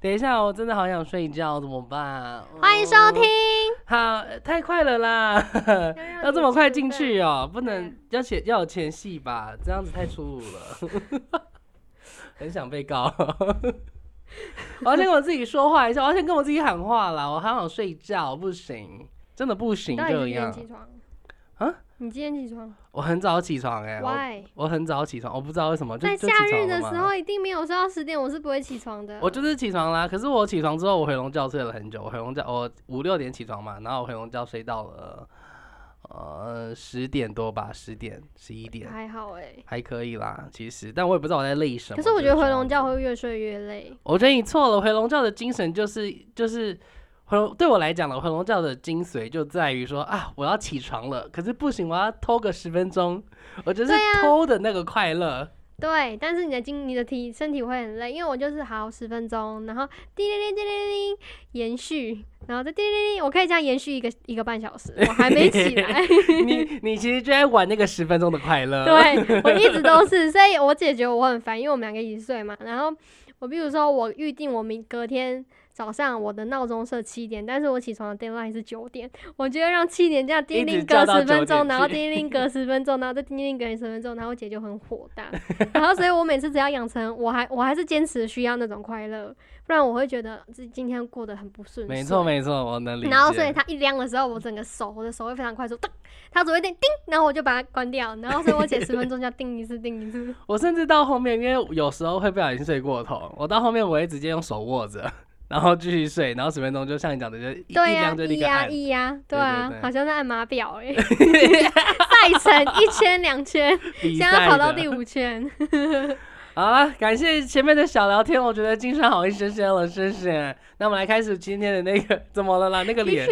等一下，我哦真的好想睡觉，怎么办？哦欢迎收听。好，呃太快了啦！呃要这么快进去哦，不能要前要有前戏吧？这样子太粗鲁了， 很想被告。 我要先跟我自己说话一下，我要先跟我自己喊话啦。我好想睡觉，不行，真的不行你到底这几点样。起床？啊？你几点起床我很早起床哎、我？Why？我很早起床，我不知道为什么就在就夏起日床的了嘛时候一定没有睡到十点，我是不会起床的。我就是起床啦，可是我起床之后，我回笼觉睡了很久。我回笼觉，我五六点起床嘛，然后我回笼觉睡到了呃十点多吧，十点十一点还好哎、还可以啦，其实，但我也不知道我在累什么。可是我觉得回笼觉，觉会越睡越累。我觉得你错了。回笼觉的精神就是就是回笼对我来讲了，回笼觉的精髓就在于说啊，我要起床了，可是不行，我要偷个十分钟，我就是对啊偷的那个快乐。 对，但是你的筋、你的体、身体会很累，因为我就是好十分钟，然后叮铃铃叮铃铃延续，然后再叮铃铃，我可以这样延续一个一个半小时，我还没起来。你你其实就在玩那个十分钟的快乐。 对啊我一直都是，所以我姐觉得我很烦，因为我们两个一起睡嘛。然后我比如说我预定我明隔天早上我的闹钟设七点，但是我起床的 deadline 是九点，我觉得让七点这样叮一直铃叫隔到十分9点钟，去然后叮铃隔十分钟，然后再叮铃隔十分钟，然后我姐就很火 大。然后所以我每次只要养成，我还我还是坚持需要那种快乐，不然我会觉得自己今天过得很不顺遂。没错没错，我能理解。然后所以它一亮的时候，我整个手，我的手会非常快速，噔，它只会点叮，然后我就把它关掉。然后所 以我姐十分钟就要叮一次，叮一次。我甚至到后面，因为有时候会不小心睡过头，我到后面我会直接用手握着，然后继续睡，然后十分钟就像你讲的，就一、对一呀、量就立一刻呀按。一呀，对对啊对，对好像在按码表哎、 赛程一圈两圈，比现赛在的跑到第五圈。好了，感谢前面的小聊天，我觉得精神好一些些了，谢谢。那我们来开始今天的那个怎么了啦？那个脸，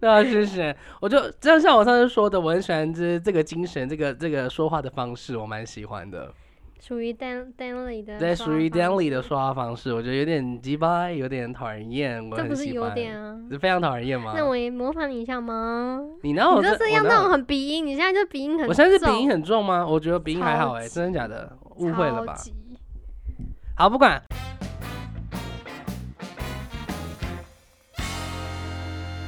对啊，谢谢。我就就像我上次说的，我很喜欢这这个精神，这个这个说话的方式，我蛮喜欢的。属于 Dan Dan 里的，在属于 d a n l y 的，说话方式，我觉得有点鸡巴，有点讨人厌，我这不很是喜有欢。点啊？是非常讨人厌 吗？那我也模仿你一下吗？你哪有你就这是我要哪那有种很鼻音，你现在就鼻音很重，我现在是鼻音很重吗？我觉得鼻音还好超哎、级真的假的？误会了吧超？级好，不管。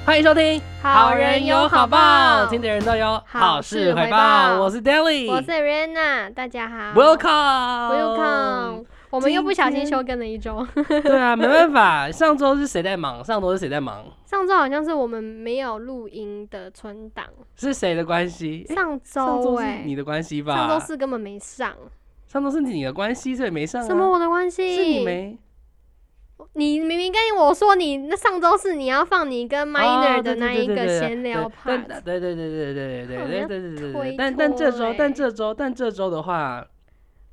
欢迎收听《好人有好报，听的人都有好事回回报我是 Daily，我是 Rena，大家好。 Welcome，Welcome。 Welcome。我们又不小今心天休更了一周， 对啊，没办法，上周是谁在忙？上周是谁在忙？上周好像是我们没有录音的存档。是谁的关系？诶上上周周是哎、你的关系吧？上周四根本没上，上周是你的关系，所以没上、啊。什么？我的关系？是你没？你明明跟我说你那上周四你要放你哦跟 Miner 啊的那一个闲聊 part，、对对对对对对对对对对对。但但但但这这周周但但这周但这周的话，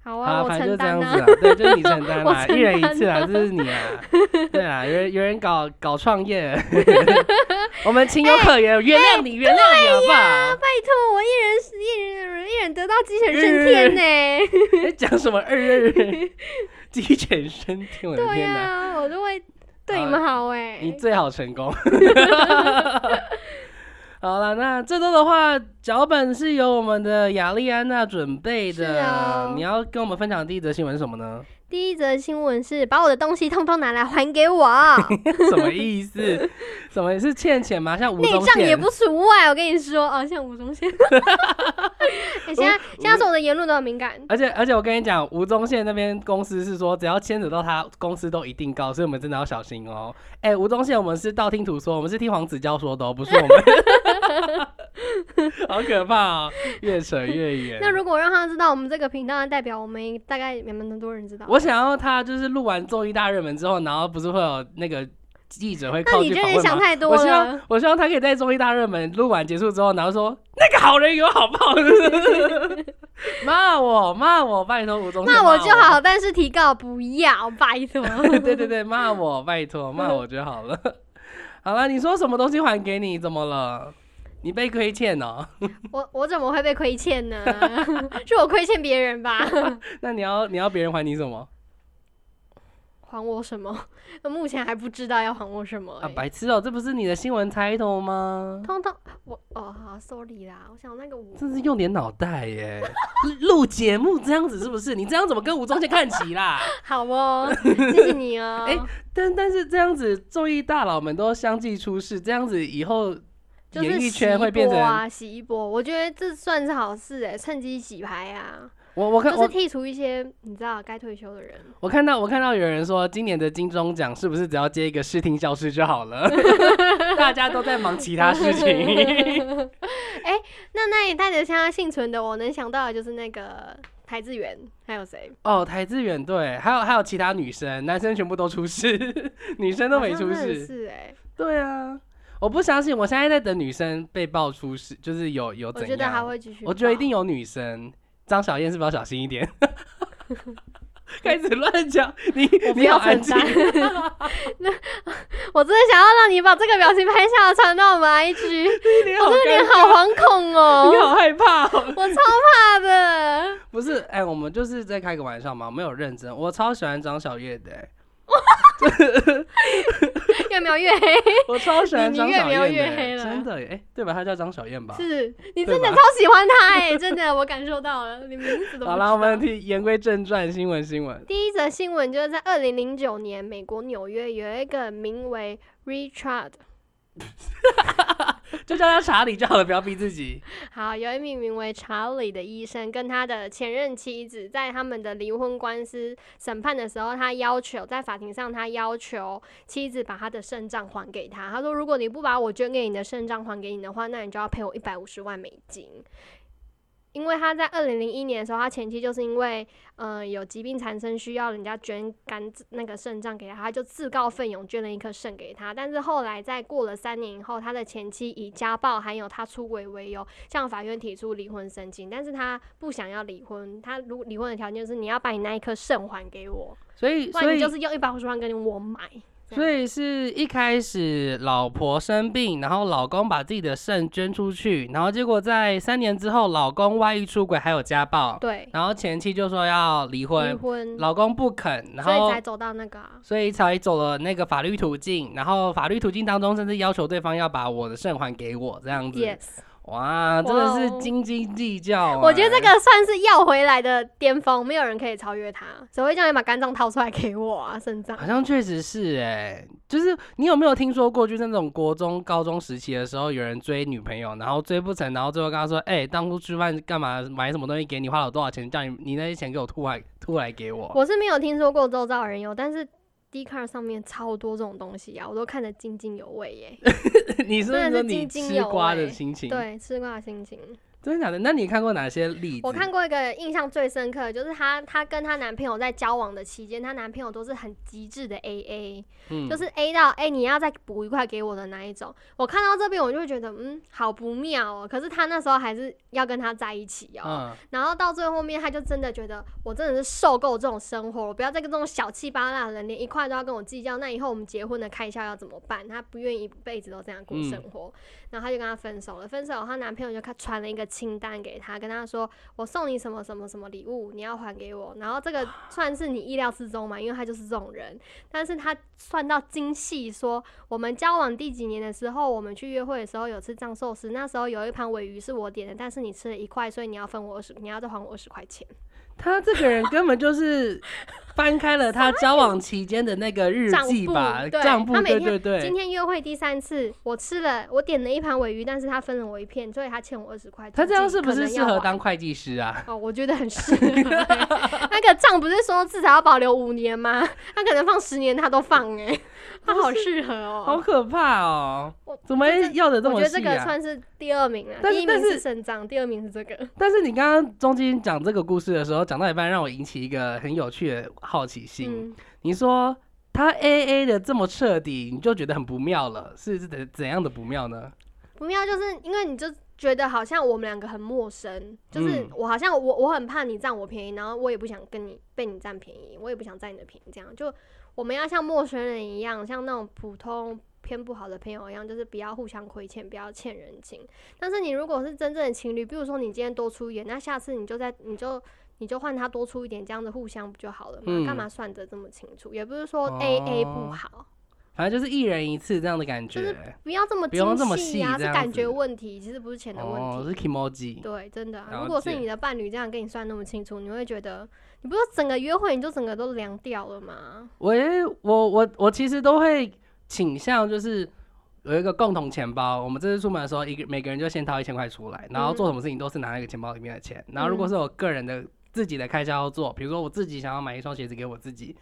好啊，啊，欸 我反正就承这样担子啊，啊。对，就是你承 担啦，一人一次啊，这是你啊，对啊，有人有人搞搞创 业，我们情有哎可原，原谅你，原谅你好不好？ 拜托，我一人一人一人得到鸡犬升天呢、在讲什么二 日鸡犬升天，我的对天呀、哪，我就会对你们好哎、你最好啊成功。 好了，那这周的话，脚本是由我们的雅丽安娜准备是的。啊你要跟我们分享的第一则新闻是什么呢？ 第一则新闻是把我的东西通通拿来还 给我，什么意思？什么是欠钱吗？像吴内宗账宪也不除外。我跟你说，哦，像吴宗宪， 欸、现在现在说我的言论都很敏感，而且而且我跟你讲，吴宗宪那边公司是说，只要牵扯到他，公司都一定告，所以我们真的要小心哦、哎、吴宗宪，我们是道听途说，我们是听黄子佼说的、哦，不是我们。 好可怕哦、越扯越远。那如果让他知道我们这个频道的代表，我们大概也蛮多人知道。我想要他就是录完综艺大热门之后，然后不是会有那个记者会那靠你去真访的问想吗？太我多希望了。我希望他可以在综艺大热门录完结束之后，然后说那个好人有好报， 骂我骂我，拜托吴宗宪骂我啊我就。 好，但是提告不要，拜托。 对对对，骂我拜托骂我就好了。好了，你说什么东西还给你？怎么了？你被亏欠哦？ 我我怎么会被亏欠呢？ 是我亏欠别人吧？ 那你要你要别人还你什么？还我什么？目前还不知道要还我什么、欸。啊，白痴哦、这不是你的新闻 title 吗？通通我哦好，sorry 啦，我想那个我真是用点脑袋耶！ 录节目这样子是不是？你这样怎么跟吴宗宪看齐啦？好哦，谢谢你哦。哎 但但是这样子，综艺大佬们都相继出世，这样子以后就演是艺洗圈一会变波成、啊，洗一波，我觉得这算是好事哎、趁机洗牌啊，我我就看是我剔除一些你知道该退休的人。我看到我看到有人说，今年的金钟奖是不是只要接一个视听消失就好 了？大家都在忙其他事 情。那那一代的现在幸存的，我能想到的就是那个台志远，还有谁？哦，台志远对，还有还有其他女生，男生全部都出事， 女生都没好像出真的事。是哎、对啊，我不相信，我现在在等女生被爆出事，就是有有怎我样？觉得还会继续。我觉得一定。有女生。张小燕是不是要小心一 点？开始乱讲，你我不你好要安承静担。。我真的想要让你把这个表情拍下来，传到我们 IG。你我好真的脸尴好惶恐尬，你哦，好害怕哦。 我超怕的。不是，哎、我们就是在开个玩笑嘛，没有认真。我超喜欢张小燕的、哎越描越黑，我超喜欢你张你越小描燕越的、哎黑了真的耶、哎、对吧？她叫张小燕吧？是你对真的吧超喜欢他哎、 真的，我感受到了，你名字都不好知啦，道我们提言归正传，新闻新闻。第一则新闻就是在二零零九年，美国纽约有一个名为 Richard，就叫他查理就好了，不要逼自己。 好，有一名名为查理的医生跟他的前任妻子在他们的离婚官司审判的时候，他要求在法庭上，他要求妻子把他的肾脏还给他。他说，如果你不把我捐给你的肾脏还给你的话，那你就要赔我一百五十万美金。因为他在二零零一年的时候，他前妻就是因为嗯、呃有疾病缠身，需要人家捐肝那个肾脏给他，他就自告奋勇捐了一颗肾给他。但是后来在过了三年以后，他的前妻以家暴还有他出轨为由，向法院提出离婚申请，但是他不想要离婚，他如果离婚的条件就是你要把你那一颗肾还给我，所以，不所然以你就是用一百五十万跟我买。所以是一开始老婆生病，然后老公把自己的肾捐出去，然后结果在三年之后，老公外遇出轨还有家暴，对，然后前妻就说要离离婚，婚，老公不肯，然所以后才走到那个、啊。所以才走了那个法律途径，然后法律途径当中甚至要求对方要把我的肾还给我这样子。 Yes，、哇，真的哇哦是斤斤计较啊、我觉得这个算是要回来的巅峰，没有人可以超越他。谁会叫你把肝脏掏出来给我啊？肾脏好像确实是哎、就是你有没有听说过，就是那种国中、高中时期的时候，有人追女朋友，然后追不成，然后最后跟他说：“哎、当初吃饭干嘛买什么东西给你，花了多少钱，叫你你那些钱给我吐来吐来给我。我是没有听说过周遭的人有，但是 d c a r 上面超多这种东西啊，我都看得津津有味耶。”哎你是不是真的说是你津津吃有瓜的味心情？，对，吃瓜的心情。真的假的？那你看过哪些例子？我看过一个印象最深刻的，就是她她跟她男朋友在交往的期间，她男朋友都是很极致的 AA，、嗯，就是 A 到哎、你要再补一块给我的那一种。我看到这边我就会觉得嗯好不妙哦，可是她那时候还是要跟他在一起哦。嗯，然后到最后面，他就真的觉得我真的是受够这种生活，我不要再跟这种小气巴烂的人连一块都要跟我计较。那以后我们结婚的开销要怎么办？他不愿意一辈子都这样过嗯生活，然后他就跟他分手了。分手后，她男朋友就看传了一个清单给她，跟她说我送你什么什么什么礼物，你要还给我。然后这个算是你意料之中嘛，因为他就是这种人。但是他算到精细说，我们交往第几年的时候，我们去约会的时候有吃藏寿司，那时候有一盘尾鱼是我点的，但是你吃了一块，所以你要分我二十，你要再还我二十块钱。他这个人根本就是翻开了他交往期间的那个日账记簿吧，对账簿，他每对天对对今。天约会第三次，我吃了，我点了一盘尾鱼，但是他分了我一片，所以他欠我二十块。他这样自己是不可能是适要合还当会计师啊？哦，我觉得很适合 欸、那个账不是说至少要保留五年吗？他可能放十年，他都放哎、他好适合好哦。可怕哦我！怎么这要的这我么觉得这细个啊？算是第二名啊，但是第一名但是是肾脏，第二名是这个。但是你刚刚中间讲这个故事的时候，讲到一半让我引起一个很有趣的好奇心。嗯，你说他 A A 的这么彻底，你就觉得很不妙了，是是怎怎样的不妙呢？不妙就是因为你就觉得好像我们两个很陌生，就是嗯我好像我我很怕你占我便宜，然后我也不想跟你被你占便宜，我也不想占你的便宜，这样就我们要像陌生人一样，像那种普通。偏不好的朋友一样，就是不要互相亏欠，不要欠人情。但是你如果是真正的情侣，比如说你今天多出一点，那下次你就在你就你就换他多出一点，这样子互相不就好了嘛？嗯干嘛算得这么清楚？也不是说 A A 不好，反正就是一人一次这样的感觉。就是不要这么不用这么精细呀、细这是样感子觉问题，其实不是钱的问题。哦，是 emoji。对，真的啊、了如果是解你的伴侣这样跟你算那么清楚，你会觉得你不是整个约会你就整个都凉掉了吗？我也我我我其实都会倾向就是有一个共同钱包，我们这次出门的时候，一个每个人就先掏一千块出来，然后做什么事情都是拿那个钱包里面的钱。然后如果是我个人的自己的开销要做，比如说我自己想要买一双鞋子给我自己，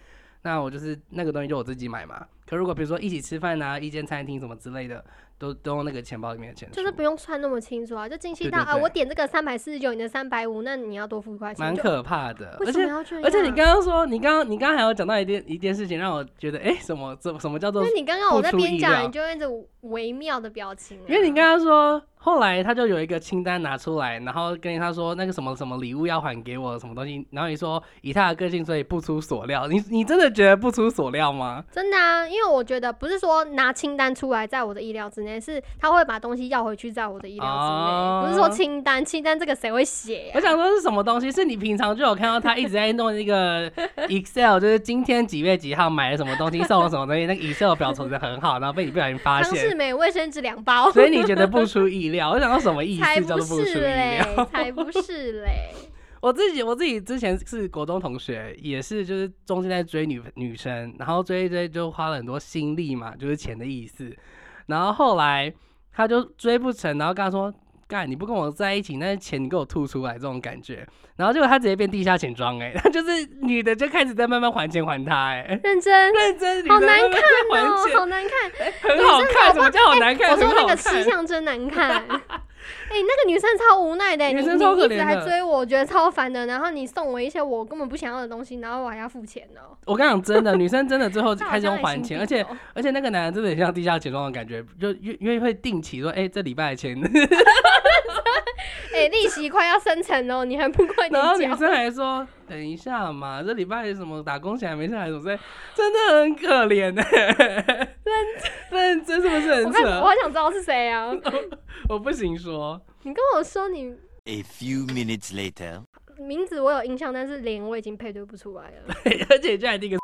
那我就是那个东西就我自己买嘛。可如果比如说一起吃饭啊，一间餐厅什么之类的，都都用那个钱包里面的钱出，就是不用算那么清楚啊，就精细对到对啊，对我点这个三百四十九，你的三百五，那你要多付一块钱蛮就。可怕的，为而什且么。要这样？而且你刚刚说，你刚刚你刚刚还有讲到一件一件事情，让我觉得，哎、什么什么什么叫因做为你刚刚我在不出边意讲，料你就一直微妙的表情啊、因为你跟他说，后来他就有一个清单拿出来，然后跟他说那个什么什么礼物要还给我什么东西，然后你说以他的个性，所以不出所料。 你你真的觉得不出所料吗？真的啊，因为我觉得不是说拿清单出来在我的意料之内，是他会把东西要回去在我的意料之内，哦不是说清单，清单这个谁会写、啊我呀？想说是什么东西？是你平常就有看到他一直在弄那个 Excel，就是今天几月几号买了什么东西，送了什么东西，那个 Excel 表存的很好，然后被你不小心发康现世，美卫生纸两包，所以你觉得不出意料。我想到什么意思才叫不做 不出是意嘞料？，才不 是嘞。我自己我自己之前是国中同学，也是就是中间在追女女生，然后追一追就花了很多心力嘛，就是钱的意思。然后后来他就追不成，然后跟他说：“干，你不跟我在一起，那钱你给我吐出来。”这种感觉。然后结果他直接变地下钱庄，哎，他 就是女的就开始在慢慢还钱还他、哎，认 真认真，女好的难慢慢在哦还，钱好难看。 很好看，怎么叫好难看？哎我说很那好个看吃相 真难看。哎、那个女生超无奈的、女你生超你可怜一直的还追我，我觉得超烦的。然后你送我一些我根本不想要的东西，然后我还要付钱哦、我跟你讲，真的，女生真的最后 那好开始像用很还心钱，地而且哦而且那个男人真的很像地下钱庄的感觉，就因因为会定期说，哎、这礼拜的 钱，哎、利息快要生成哦，你还不快点然后女交？生还说，等一下嘛，这礼拜什么打工钱还没下来，什么之类真的很可怜呢、 认真，认真是不是我很看我扯？好想知道是谁啊！我不行说，你跟我说你 A few minutes later. 名字我有印象，但是脸我已经配对不出来了，而且居然第一个，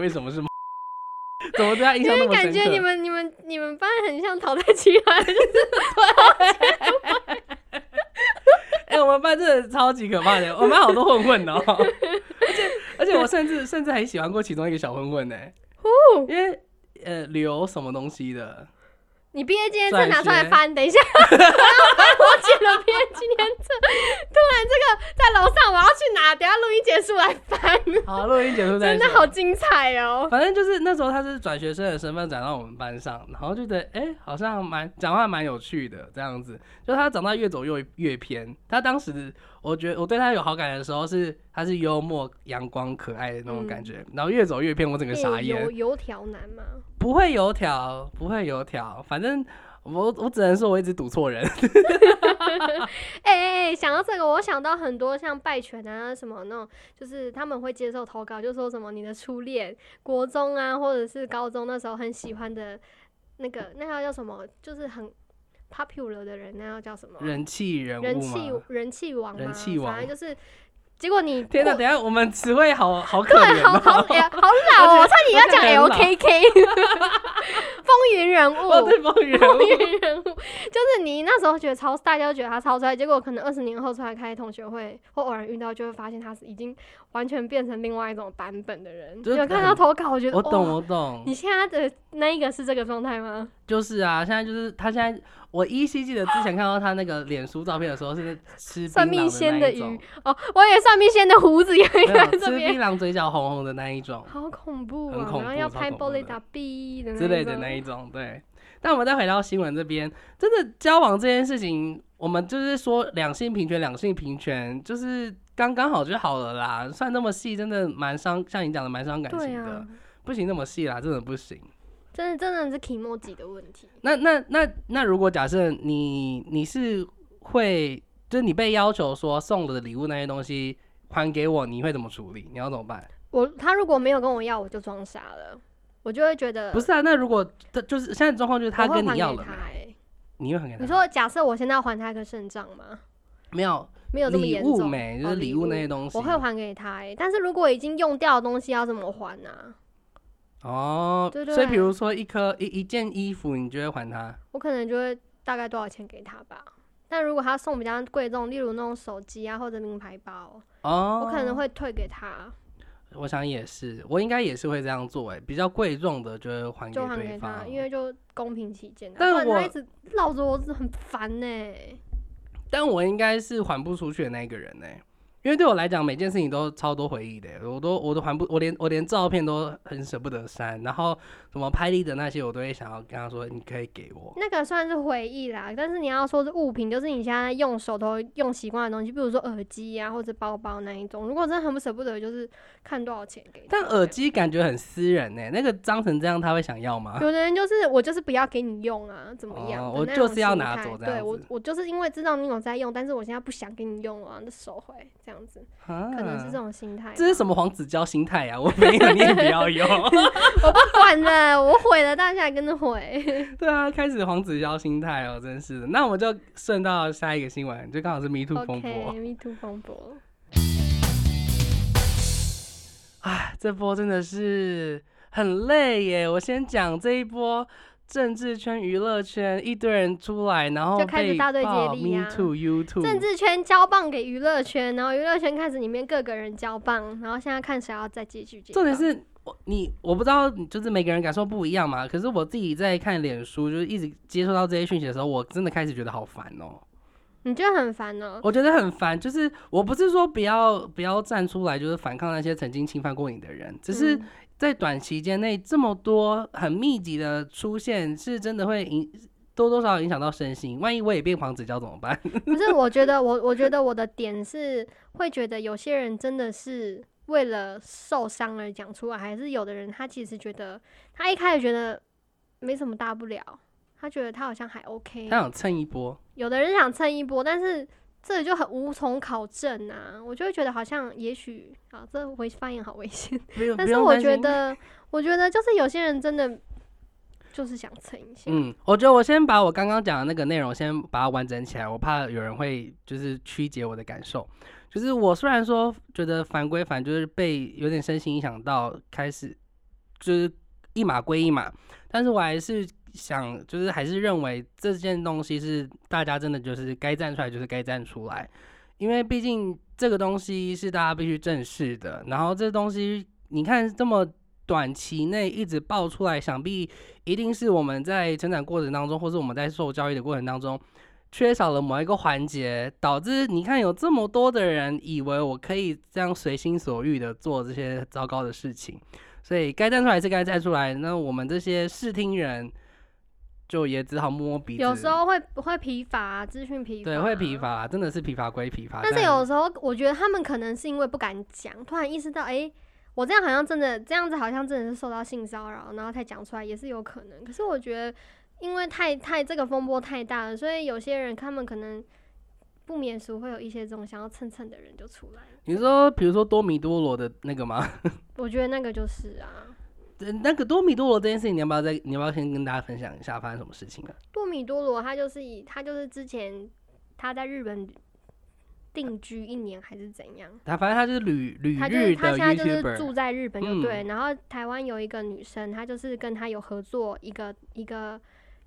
为什么是？ 怎么对他印因象那为么深感觉你刻？们你们你们班很像淘汰期 来，就是哎、我们班真的超级可怕 的，我们班好多混混哦、而且而且我甚至甚至还喜欢过其中一个小混混呢、哦因为呃刘什么东西的，你毕业纪念册拿出转来学翻，等一下， 我要翻我姐的毕业纪念册。突然这个在楼上，我要去拿，等一下录音结束来翻，好，录音结束再真的说好精彩哦！反正就是那时候他是转学生的身份转到我们班上，然后觉得哎、诶好像蛮讲话蛮有趣的这样子。就他长大越走越越偏。他当时我觉得我对他有好感的时候是他是幽默、阳光、可爱的那种感觉，嗯然后越走越偏，我整个傻欸眼。油油条男嘛，不会油条，不会油条，反正我我只能说我一直赌错人。 哎哎哎，想到这个，我想到很多像拜犬啊什么那种，就是他们会接受投稿，就说什么你的初恋，国中啊或者是高中那时候很喜欢的那个那个叫什么，就是很 popular 的人，那要叫什么啊？人气人人物嘛。气人气王吗？人气王反正就是，结果你天哪，过等一下我们词汇好好可对怜 好哦、好哎呀好老哦，而我差点要而讲且很老 LKK，风云人物，哦，对，风云人风物。云人物，就是你那时候觉得超，大家都觉得他超帅，结果可能二十年后出来开同学会或偶然遇到，就会发现他是已经完全变成另外一种版本的人。就是有看到很投稿，我觉得我懂，哇我懂。你现在的那一个是这个状态吗？就是啊，现在就是他现在，我依稀记得之前看到他那个脸书照片的时候是吃槟算命榔仙那的一种鱼，哦，我也算命仙的胡子也没有 在这吃槟边，榔嘴角红红的那一种好恐怖很啊！恐然后怖要超拍恐怖玻璃的打 B 的那之类的种那一种，对。但我们再回到新闻这边，真的交往这件事情，我们就是说两性平权，两性平权就是刚刚好就好了啦，算那么细真的蛮伤，像你讲的蛮伤感对情的，啊，不行那么细啦，真的不行。真的真的是 emoji 的问题。那那那那，如果假设你你是会，就是你被要求说送的礼物那些东西还给我，你会怎么处理？你要怎么办？我他如果没有跟我要，我就装傻了，我就会觉得不是啊，那如果他就是现在的状况就是呃我他会跟还你给要了他没，欸你会还给他？你说假设我现在要还他一个肾脏吗？没有没有这么礼严物重。没，就哦是礼物那些东西。我会还给他、欸，但是如果已经用掉的东西要怎么还啊呢、哦对，所以对比如说一颗一一件衣服，你就会还他我可能就会大概多少钱给他吧。但如果他送比较贵重，例如那种手机啊或者名牌包，哦。我可能会退给他，我想也是，我应该也是会这样做哎、比较贵重的就会还就还对给他，方，哦因为就公平起见啊。但不然我他一直绕着我，真的很烦呢、欸但我应该是还不出去的那一个人呢、欸因为对我来讲，每件事情都超多回忆的欸、我都我都还不，我连我连照片都很舍不得删，然后什么拍立得那些，我都会想要跟他说，你可以给我。那个算是回忆啦，但是你要说是物品，就是你现在用手头用习惯的东西，比如说耳机啊或者包包那一种。如果真的很不舍不得，就是看多少钱给他但耳机感觉很私人呢、那个脏成这样，他会想要吗？有的人就是我就是不要给你用啊，怎么样的那哦我种心态？就是要拿走这样对我子，我就是因为知道你有在用，但是我现在不想给你用啊，那收回这样子，啊可能是这。种心态吧。 这是什么黄子佼心态呀、啊我没有，你也不要有。我不管了，我毁了，大家也跟 着毁。对啊，开始黄子佼心态哦，真是的。那我们就顺到下一个新闻，就刚好是 Me Too 风波。 OK，Me Too 风波，唉，这波真的是很累耶！我先讲这一波政治圈、娱乐圈一堆人出来，然后就开始被大队接爆力 Me 啊 Too、You Too，政治圈交棒给娱乐圈，然后娱乐圈开始里面各个人交棒，然后现在看谁要再继续接棒。重点是我你我不知道，就是每个人感受不一样嘛。可是我自己在看脸书，就是一直接收到这些讯息的时候，我真的开始觉得好烦哦、你觉得很烦哦、我觉得很烦，就是我不是说不要不要站出来，就是反抗那些曾经侵犯过你的人，只是嗯在短期间内这么多很密集的出现，是真的会影多多少少影响到身心。万一我也变黄子佼怎么办？ 不是，我觉得我我觉得我的点是会觉得有些人真的是为了受伤而讲出来，还是有的人他其实觉得他一开始觉得没什么大不了，他觉得他好像还 OK，他想蹭一波，有的人想蹭一波，但是这就很无从考证啊，我就会觉得好像也许啊，这危发言好危险，不用但不是用我担觉心得我觉得就是有些人真的就是想蹭一下，嗯，我觉得我先把我刚刚讲的那个内容先把它完整起来，我怕有人会就是曲解我的感受。就是我虽然说觉得烦归烦，就是被有点身心影响到，开始就是一码归一码，但是我还是想，就是还是认为这件东西是大家真的就是该站出来就是该站出来，因为毕竟这个东西是大家必须正视的。然后这东西你看这么短期内一直爆出来，想必一定是我们在成长过程当中，或是我们在受教育的过程当中，缺少了某一个环节，导致你看有这么多的人以为我可以这样随心所欲的做这些糟糕的事情，所以该站出来是该站出来，那我们这些视听人就也只好摸摸鼻子，有时候会会疲乏、啊，资讯疲乏、对会疲。乏啦，真的是疲乏归疲乏，但是有时候我觉得他们可能是因为不敢讲，突然意识到，哎、我这样好像真的这样子，好像真的是受到性骚扰，然后才讲出来，也是有可能。可是我觉得，因为太太这个风波太大了，所以有些人他们可能不免俗会有一些这种想要蹭蹭的人就出来了。你说比如说多米多罗的那个吗？我觉得那个就是啊，呃那个多米多罗这件事情，你要不要再你要不要先跟大家分享一下发生什么事情啊？多米多罗他就是以他就是之前他在日本定居一年还是怎样，他反正他就是旅旅他就是日他的现在就是 YouTuber，住在日本就嗯对，然后台湾有一个女生，她就是跟她有合作一个一个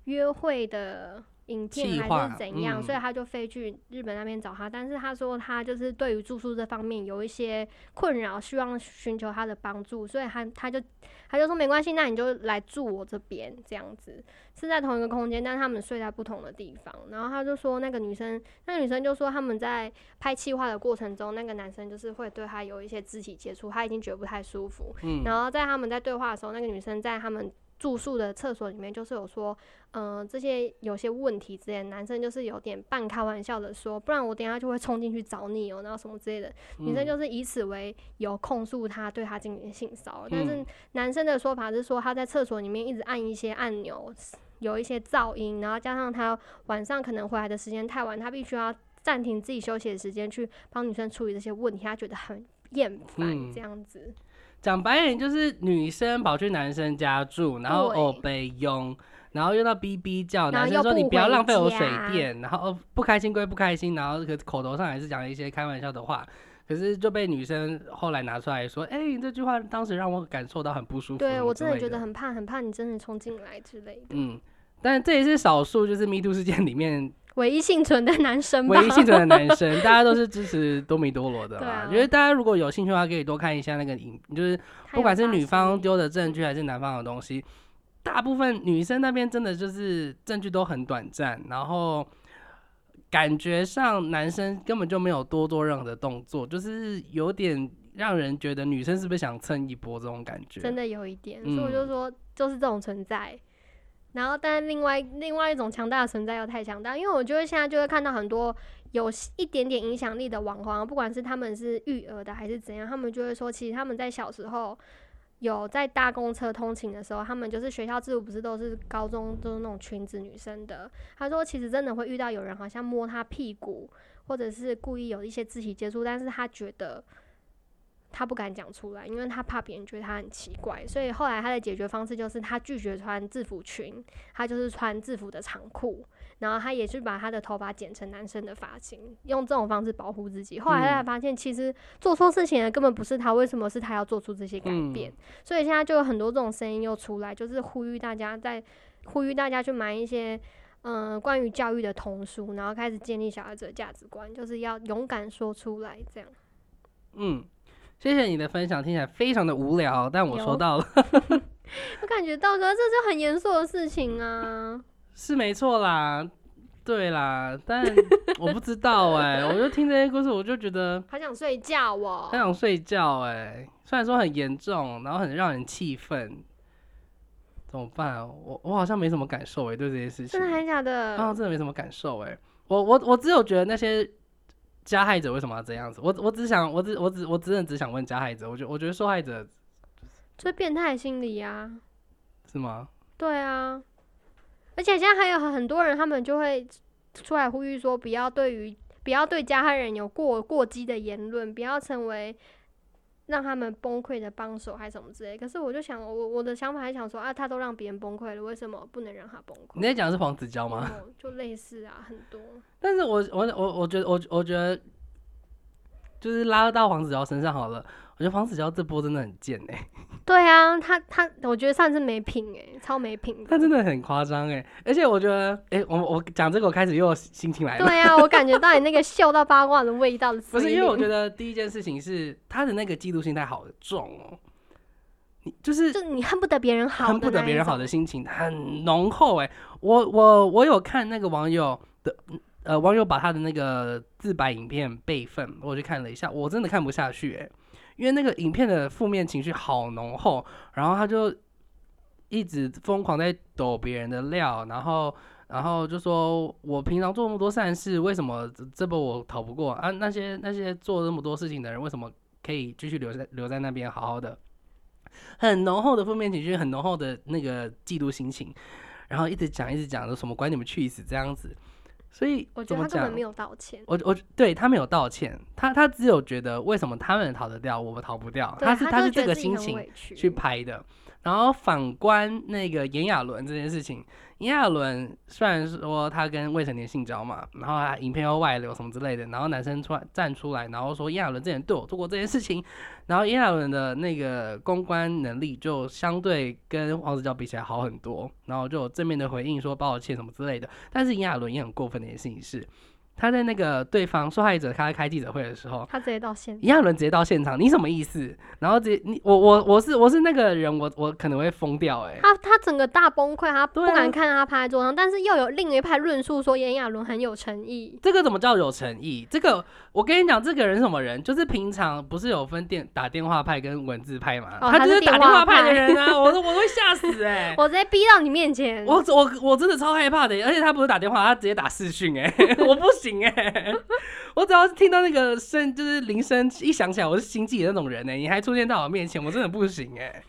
约会的影计片还划是怎样，嗯所以她就飞去日本那边找她，但是她说她就是对于住宿这方面有一些困扰，希望寻求她的帮助，所以她她就她就说没关系，那你就来住我这边这样子，是在同一个空间，但他们睡在不同的地方，然后她就说那个女生，那女生就说他们在。拍企划的过程中，那个男生就是会对他有一些肢体接触，他已经觉得不太舒服。嗯然后在他们在对话的时候，那个女生在他们住宿的厕所里面，就是有说，嗯、这些有些问题之类的，男生就是有点半开玩笑的说，不然我等一下就会冲进去找你哦、然后什么之类的。女生嗯就是以此为由控诉他对他进行性骚扰，嗯但是男生的说法是说他在厕所里面一直按一些按钮，有一些噪音，然后加上他晚上可能回来的时间太晚，他必须要暂停自己休息的时间去帮女生处理这些问题，他觉得很厌烦嗯这样子。讲白一点就是女生跑去男生家住，然后对哦被用，然后又到哔哔叫，然后男又生说你不不要回浪费我家水电，然后哦不开心归不开心，然后可口头上还是讲了一些开玩笑的话，可是就被女生后来拿出来说，哎、你这句话当时让我感受到很不舒服，对我真的的觉得很怕，很怕你真的冲进来之类的。嗯。但这也是少数，就是 Me Too 事件里面唯一幸存的男生吧 唯一，幸存的男生，大家都是支持多米多罗的对啦啊。因为大家如果有兴趣的话，可以多看一下那个影，就是他不有管是发女现方欸丢的证据还是男方的东西，大部分女生那边真的就是证据都很短暂，然后感觉上男生根本就没有多做任何的动作，就是有点让人觉得女生是不是想蹭一波这种感觉。真的有一点，所以我嗯就说就是这种存在。然后，但另外另外一种强大的存在又太强大，因为我就会现在就会看到很多有一点点影响力的网红，不管是他们是育儿的还是怎样，他们就会说，其实他们在小时候有在搭公车通勤的时候，他们就是学校制服不是都是高中都是那种裙子女生的，他说其实真的会遇到有人好像摸他屁股，或者是故意有一些肢体接触，但是他觉得他不敢讲出来，因为他怕别人觉得他很奇怪，所以后来他的解决方式就是他拒绝穿制服裙，他就是穿制服的长裤，然后他也去把他的头发剪成男生的发型，用这种方式保护自己。后来他才发现，其实做错事情的根本不是他，为什么是他要做出这些改变？所以现在就有很多这种声音又出来，就是呼吁大家在呼吁大家去买一些。嗯，关于教育的童书，然后开始建立小孩子的价值观，就是要勇敢说出来，这样。嗯，谢谢你的分享，听起来非常的无聊，但我说有到了我感觉到，可是这就很严肃的事情啊。是没错啦，对啦， 但我不知道哎、我就听这些故事，我就觉得。好想睡觉哦很。想睡觉哎、虽然说很严重，然后很让人气愤，怎么办啊？我我好像没什么感受哎、对这些事情真，的还假的？啊，真的没什么感受哎、我我我只有觉得那些加害者为什么要这样子？我我只想，我只我只我真的只想问加害者，我觉我觉得受害者就是变态心理啊。是吗？对啊，而且现在还有很多人，他们就会出来呼吁说，不要对于不要对加害人有过过激的言论，不要成为让他们崩溃的帮手，还什么之类。可是我就想，我我的想法还想说啊，他都让别人崩溃了，为什么不能让他崩你溃？在讲的是黄子佼吗？哦就类似啊，很多。但是我我我我觉得我我觉得就是拉到黄子佼身上好了，我觉得黄子佼这波真的很贱哎、对啊，他他，我觉得上次没品诶、超没品。他真的很夸张哎，而且我觉得，哎、我我讲这个，我开始又有心情来了。对啊，我感觉到你那个嗅到八卦的味道的不是因为我觉得，得第一件事情是他的那个嫉妒心态好重哦，你就是就你恨不得别人好，恨不得别人好的，心情很浓厚哎。我我我有看那个网友的呃网友把他的那个自白影片备份，我去看了一下，我真的看不下去哎，因为那个影片的负面情绪好浓厚，然后他就一直疯狂在抖别人的料，然后。然后就说，我平常做那么多善事，为什么这这波我逃不过啊？那些那些做那么多事情的人，为什么可以继续留在留在那边好好的？很浓厚的负面情绪，很浓厚的那个嫉妒心情，然后一直讲一直讲，说什么管你们去死这样子，所以我觉怎得么他根讲本？没有道歉，我我对他没有道歉，他他只有觉得为什么他们逃得掉，我们逃不掉，对他是他他就是这觉得个自己心很情委屈去拍的。然后反观那个炎亚纶这件事情，炎亚纶虽然说他跟未成年性交嘛，然后他影片又外流什么之类的，然后男生出来站出来，然后说炎亚纶之前对我做过这件事情，然后炎亚纶的那个公关能力就相对跟黄子佼比起来好很多，然后就有正面的回应说抱歉什么之类的。但是炎亚纶也很过分的一件事情是，他在那个对方受害者他在开记者会的时候，他直接道歉。炎亚纶直接到现场，你什么意思？然后直接你我我我是我是那个人，我我可能会疯掉哎、他他整个大崩溃，他不对啊敢看他趴在桌上，但是又有另一派论述说炎亚纶很有诚意，这个怎么叫有诚意？这个我跟你讲，这个人是什么人？就是平常不是有分电打电话派跟文字派嘛？哦他他就是打电电话话派的派人啊！我都我都会吓死哎、我直接逼到你面前。我我我真的超害怕的，而且他不是打电话，他直接打视讯哎、 我不行哎、我只要听到那个声，就是铃声一响起来，我是心欸悸的那种人哎、你还出现在我面前，我真的不行哎、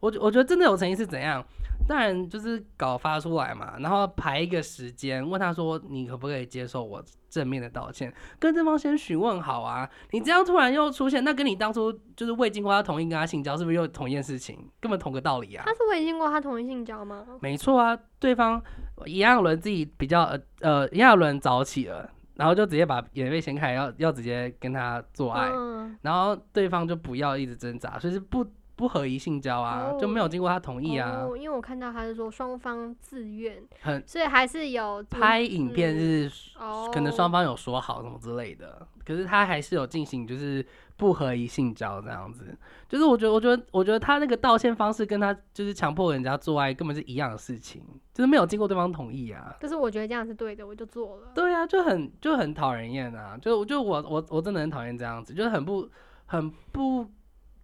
我我觉得真的有诚意是怎样？当然就是稿发出来嘛，然后排一个时间，问他说你可不可以接受我正面的道歉，跟对方先询问好啊。你这样突然又出现，那跟你当初就是未经过他同意跟他性交，是不是又同一件事情？根本同个道理啊他。是未经过他同意性交吗？没错啊，对方一样轮自己比较呃呃一样轮早起了，然后就直接把眼泪掀开，要要直接跟他做爱，嗯，然后对方就不要一直挣扎，所以是不不合宜性交啊，就没有经过他同意啊。哦哦，因为我看到他是说双方自愿，很所以还是有拍影片是嗯哦，可能双方有说好什么之类的，可是他还是有进行就是不合宜性交这样子，就是我觉得我觉得我觉得他那个道歉方式跟他就是强迫人家做爱根本是一样的事情，就是没有经过对方同意啊。但是我觉得这样是对的，我就做了。对啊，就很就很讨人厌啊！就就我我我真的很讨厌这样子，就是很不很不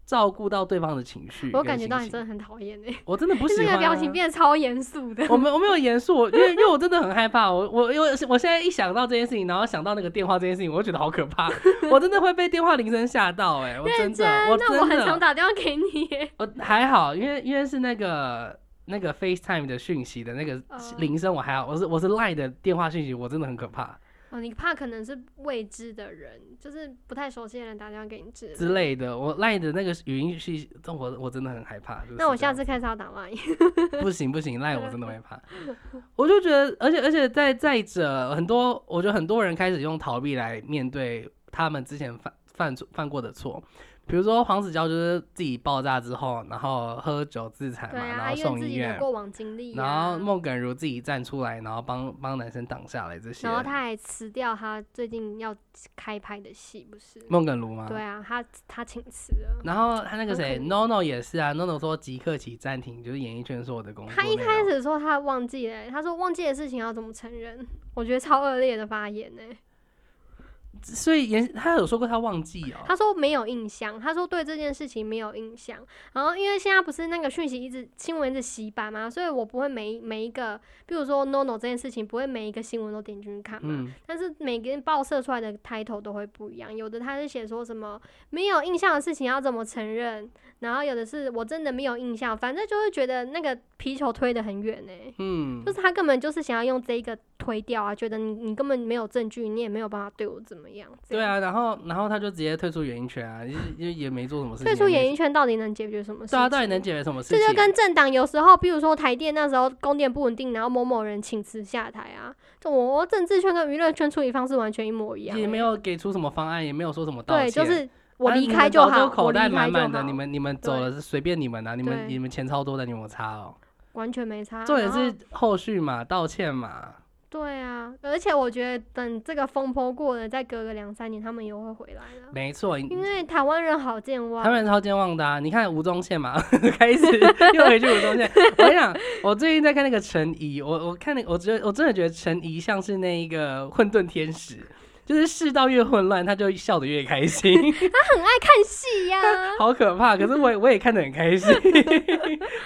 照顾到对方的情绪。我感觉到你真的，很讨厌哎，我真的不 就是喜那欢、啊。个哦表情变得超严肃的。我没我没有严肃，我因为因为我真的很害怕，我我因为我现在一想到这件事情，然后想到那个电话这件事情，我就觉得好可 怕，我真的会被电话铃声吓到哎、我真的，我真那我很常的，打电话给你耶，我还好，因为因为是那个那个 FaceTime 的讯息的那个哦铃声，我还好，我是我是 Line 的电话讯息，我真的很可怕哦，你怕可能是未知的人，就是不太熟悉的人打电话给你之类的之类的，我 Line 的那个语音讯息，这我我真的很害怕。就是那我这样下次开始要打 line，不行不行，赖我真的会 怕。我就觉得，而且而且再再者，很多我觉得很多人开始用逃避来面对他们之前犯犯错犯过的错，比如说黄子佼就是自己爆炸之后，然后喝酒自残对嘛，然啊，后因为送自医己的院，过往经历、啊，然后孟耿如自己站出来，然后帮帮男生挡下来这些然。后他还辞掉他最近要开拍的戏，不是？孟耿如吗？对啊，他他请辞了。然后他那个谁很可怜，NONO 也是啊，NONO 说即刻起暂停，就是演艺圈所有的工作内他容。一开始说他忘记了，欸他说忘记的事情要怎么承认？我觉得超恶劣的发言欸呢。所以演他有说过他忘记哦，他说没有印象，他说对这件事情没有印象。然后因为现在不是那个讯息一直新闻一直洗版嘛，所以我不会每一每一个，比如说 NONO 这件事情，不会每一个新闻都点进去看嘛。嗯，但是每个人报社出来的 title 都会不一样，有的他是写说什么没有印象的事情要怎么承认，然后有的是我真的没有印象，反正就会觉得那个皮球推得很远呢、欸嗯就，是他根本就是想要用这一个推掉啊，觉得你你根本没有证据，你也没有办法对我怎么样。这对样，啊，然后然后他就直接退出演艺圈啊，因为因为也没做什么事情啊。退出演艺圈，圈到底能解决什么事情？对啊，到底能解决什么事这情？就跟政党有时候，比如说台电那时候供电不稳定，然后某某人请辞下台啊，这我政治圈跟娱乐圈处理方式完全一模一样欸、也没有给出什么方案，也没有说什么道歉。对，就是我啊离你们开就早好，口我离袋开满就满的，好你们你们走对了是随便你们啊，你们对你们钱超多的，你们有差哦。完全没差。重点然后是后续嘛，道歉嘛，对啊，而且我觉得等这个风波过了，再隔个两三年，他们又会回来了，没错。你因为台湾人好健嗯忘他。们超健忘的、啊，你看吴宗宪嘛， 开始又回去吴宗宪。我跟你讲，我最近在看那个陈怡，我我看那个，我觉得我真的觉得陈怡像是那一个混沌天使，就是世道越混乱，他就笑得越开心。他很爱看戏 呀、好可怕！ 可是我也我也看得很开心，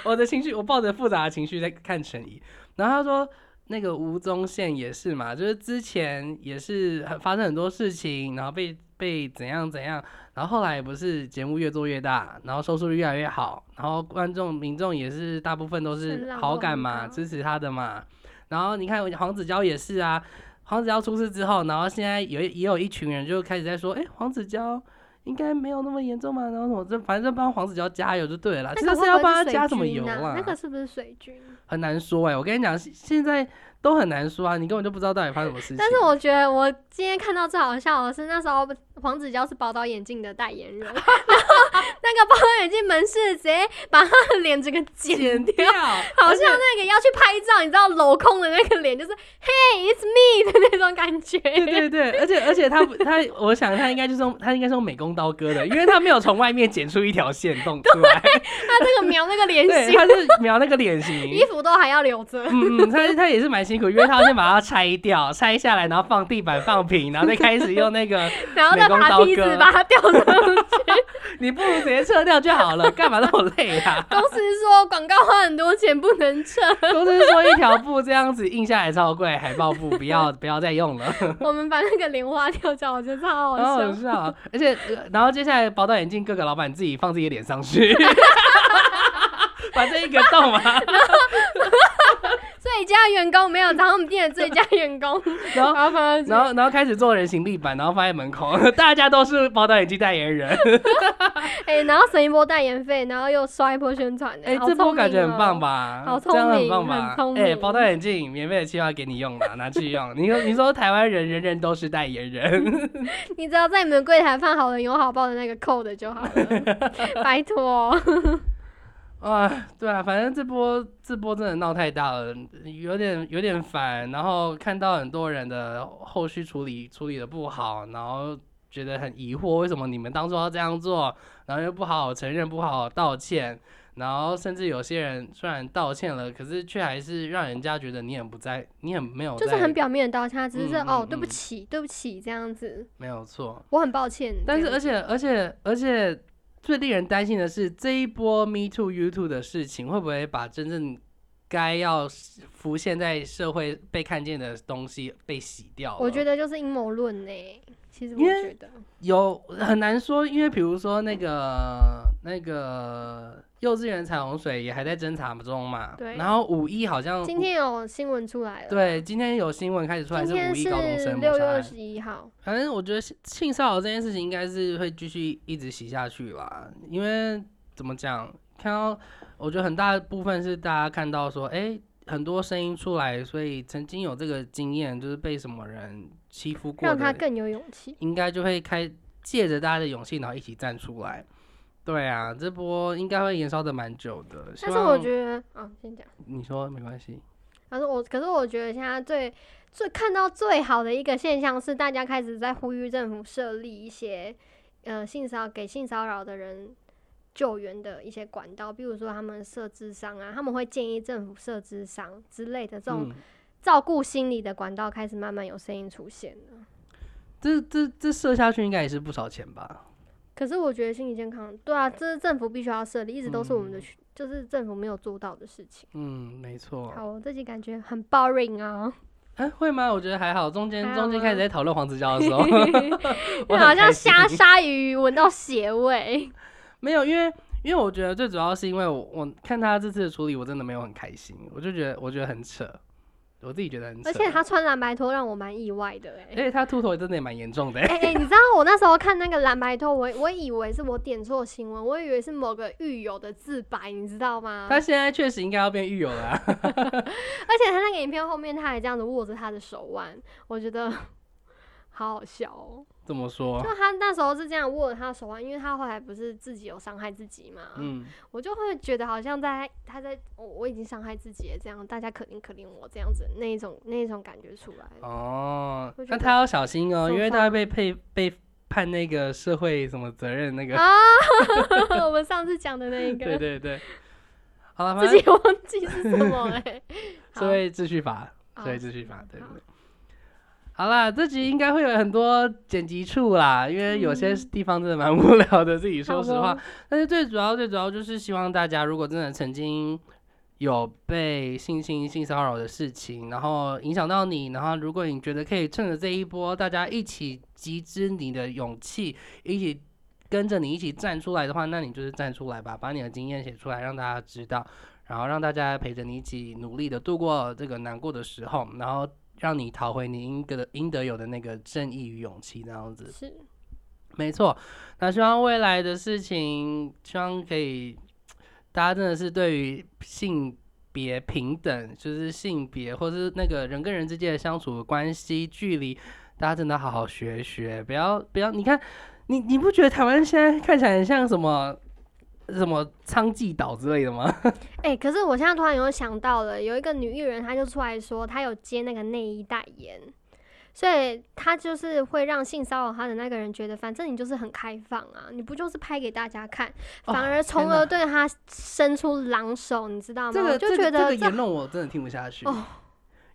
我的情绪，我抱着复杂的情绪在看陈怡。然后他说，那个吴宗宪也是嘛，就是之前也是很发生很多事情，然后被被怎样怎样，然后后来不是节目越做越大，然后收视率越来越好，然后观众民众也是大部分都声是浪都好感嘛，很高支持他的嘛。然后你看黄子佼也是啊，黄子佼出事之后，然后现在有一也有一群人就开始在说，哎、黄子佼应该没有那么严重吧？然后什么，这反正就帮黄子佼加油就对了啦，其那实是个会要不帮会他是加水什么油军啦啊？，那个是不是水军？啊很难说哎、我跟你讲，现现在都很难说啊，你根本就不知道到底发生什么事情。但是我觉得我今天看到最好笑的是，那时候黄子佼是宝岛眼镜的代言人， 然后那个宝岛眼镜门市直接把他的脸整个剪剪掉，好而且像那个要去拍照，你知道镂空的那个脸，就是 Hey it's me 的那种感觉。 对对对，而且而且他不他，我想他应该就是用他应该是用美工刀割的，因为他没有从外面剪出一条线动出 来，他这个描那个脸对，型，他是描那个脸型 衣。服都还要留着。嗯嗯，他他也是蛮辛苦，因为他要先把它拆掉，拆下来，然后放地板放平，然后再开始用那个，然后美再工刀爬割梯子把它吊上去。你不如直接撤掉就好了，干嘛那么累啊？公司说广告花很多钱不 能撤，公司说一条布这样子印下来超贵，海报布不要不要再用了，我们把那个莲花吊掉，我觉得超好然后笑很。笑，啊而且、呃然后接下来宝岛眼镜各个老板自己放自己的脸上去， 把这一个洞啊，最佳员工没有找我们店的最佳员工，然后然后放然到后然后开始做人形立板，然后放在门口，大家都是宝岛眼镜代言人。哎、然后省一波代言费，然后又刷一波宣传、哎、好这波聪感觉明很棒哦？吧？好这样聪很明棒吧很？聪哎、明宝岛眼镜免费的计划给你用了，拿去用。你说你说台湾人人人都是代言人， 你只要在你们柜台放好人有好报的那个 code 就好 了，拜托。哦啊，对啊，反正这波这波真的闹太大了，有点有点烦。然后看到很多人的后续处理处理的不好，然后觉得很疑惑，为什么你们当初要这样做，然后又不好好承认，不好好道歉。然后甚至有些人虽然道歉了，可是却还是让人家觉得你很不在，你很没有在，就是很表面的道歉，他只是、嗯哦嗯，对不嗯起，对不起，这样子，没有错。我很抱歉。但是这而样子且而且而且最令人担心的是，这一波 Me Too You Too 的事情会不会把真正该要浮现在社会被看见的东西被洗掉？我觉得得就是阴谋论呢。其实我因为觉得，有很难说，因为比如说那个那个幼稚园彩虹水也还在侦查中嘛，对然后五一好像今天有新闻出来了，，嗯对今天有新闻开始出来是今天五一是高中生谋六月杀二案。十一号，反正我觉得性性骚扰这件事情应该是会继续一直洗下去啦，因为怎么讲，看到我觉得很大部分是大家看到说，哎、很多声音出来，所以曾经有这个经验，就是被什么人欺负过让他的，更有勇气。应该就会开借着大家的勇气，然后一起站出来。对啊，这波应该会延烧的蛮久的。但是我得觉得，啊，先讲。你说没关系，他说我，可是我觉得现在最最看到最好的一个现象是，大家开始在呼吁政府设立一些呃性骚给性骚扰的人救援的一些管道，比如说他们设置商啊，他们会建议政府设置商之类的这种嗯，照顾心理的管道，开始慢慢有声音出现了。这这这射下去应该也是不少钱吧？可是我觉得心理健康，对啊，这是政府必须要设立，一直都是我们的嗯需，就是政府没有做到的事情。嗯，没错。好，我自己感觉很 boring 啊，哎、会吗？我觉得还好。中间还中好间吗，开始在讨论黄子佼的时候我就好很像开心虾鲨鱼闻到 血味。没有，因为因为我觉得最主要是因为我我看他这次的处理，我真的没有很开心，我就觉得我觉得很扯，我自己觉得很扯。而且他穿蓝白拖让我蛮意外的哎、而且他秃头真的也蛮严 重的、欸哎、哎，你知道我那时候看那个蓝白拖，我我以为是我点错新闻，我以为是某个狱友的自白，你知道吗？他现在确实应该要变狱友了、啊， 而且他那个影片后面他还这样子握着他的手腕，我觉得 好好笑哦、这么说就，他那时候是这样握着他的手腕，因为他后来不是自己有伤害自己嘛，嗯，我就会觉得好像在他在我我已经伤害自己了，这样大家可怜可怜我这样子那一种那一种感觉出来了。哦我觉，那得他要小心哦，受因为他伤会被配被判那个社会什么责任那个，啊 我们上次讲的那一个，对对对。好了，反 自正己忘记是什么哎、 欸好社会秩序法，社会哦秩序法，对好对。好啦，这集应该会有很多剪辑处啦，因为有些嗯地方真的蛮无聊的，自己好说实咯话。但是最主要、最主要就是希望大家，如果真的曾经有被性侵、性骚扰的事情，然后影响到你，然后如果你觉得可以趁着这一波，大家一起集资你的勇气，一起跟着你一起站出来的话，那你就是站出来吧，把你的经验写出来，让大家知道，然后让大家陪着你一起努力的度过这个难过的时候，然后让你讨回你应得的应得有的那个正义与勇气，这样子。是没错，那希望未来的事情，希望可以大家真的是对于性别平等，就是性别或是那个人跟人之间的相处关系距离，大家真的好好学学，不要不要，你看你你不觉得台湾现在看起来很像什么什么娼妓岛之类的吗？ 哎、可是我现在突然有想到了，有一个女艺人，她就出来说她有接那个内衣代言，所以她就是会让性骚扰她的那个人觉得，反正你就是很开放啊，你不就是拍给大家看，哦反而从而对她伸出狼手，你知道吗？这个我就这觉个得这个言论我真的听不下去，哦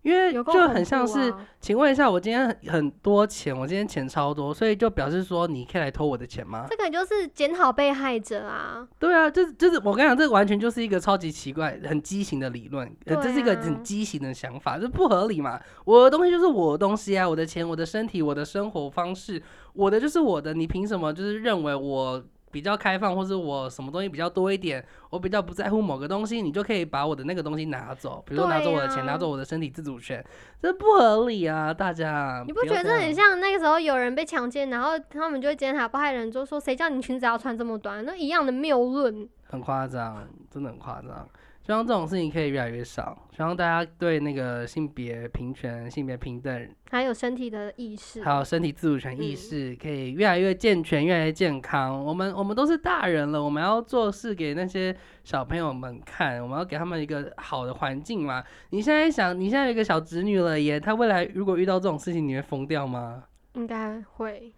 因为有够就恐很像怖是。啊请问一下，我今天很很多钱，我今天钱超多，所以就表示说你可以来偷我的钱吗？这个就是检讨被害者啊，对啊，就是就是我跟你讲，这完全就是一个超级奇怪、很畸形的理论，呃，对这是一个啊很畸形的想法，这不合理嘛？我的东西就是我的东西啊，我的钱、我的身体、我的生活方式，我的就是我的，你凭什么就是认为我比较开放，或是我什么东西比较多一点，我比较不在乎某个东西，你就可以把我的那个东西拿走，比如说拿走我的钱，对啊拿走我的身体自主权，这不合理啊！大家，你不觉要得这样啊很像那个时候有人被强奸，然后他们就会检讨被害人，就说谁叫你裙子要穿这么短，那一样的谬论。很夸张，真的很夸张。希望这种事情可以越来越少，希望大家对那个性别平权、性别平等，还有身体的意识，还有身体自主权意嗯识，可以越来越健全、越来越健康。我们我们都是大人了，我们要做事给那些小朋友们看，我们要给他们一个好的环境嘛。你现在想，你现在有一个小侄女了耶，她未来如果遇到这种事情，你会疯掉吗？应该 会。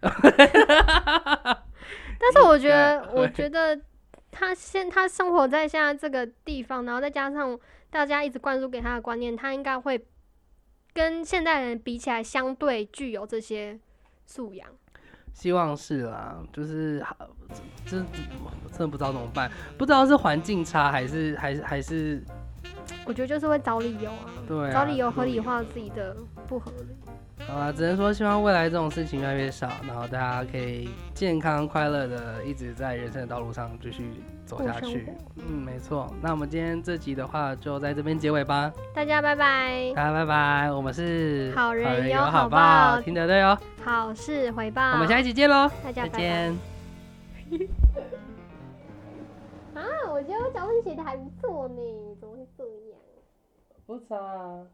但是我觉得，应该会我觉得他现他生活在现在这个地方，然后再加上大家一直灌输给他的观念，他应该会跟现代人比起来，相对具有这些素养。希望是啦，就是好这这我真的不知道怎么办，不知道是环境差还是还是还是我觉得就是会找理由啊，对、啊，找理由合理有化自己的不合理。好啦，只能说希望未来这种事情越来越少，然后大家可以健康快乐的一直在人生的道路上继续走下去过生。嗯，没错。那我们今天这集的话就在这边结尾吧，大家拜拜，大家拜拜。我们是好人有有好报，报听得对哦。好事回报。我们下一集见喽，大家再拜拜。见。啊，我觉得我脚本写的还不错呢，怎么会这样？哎不差、啊。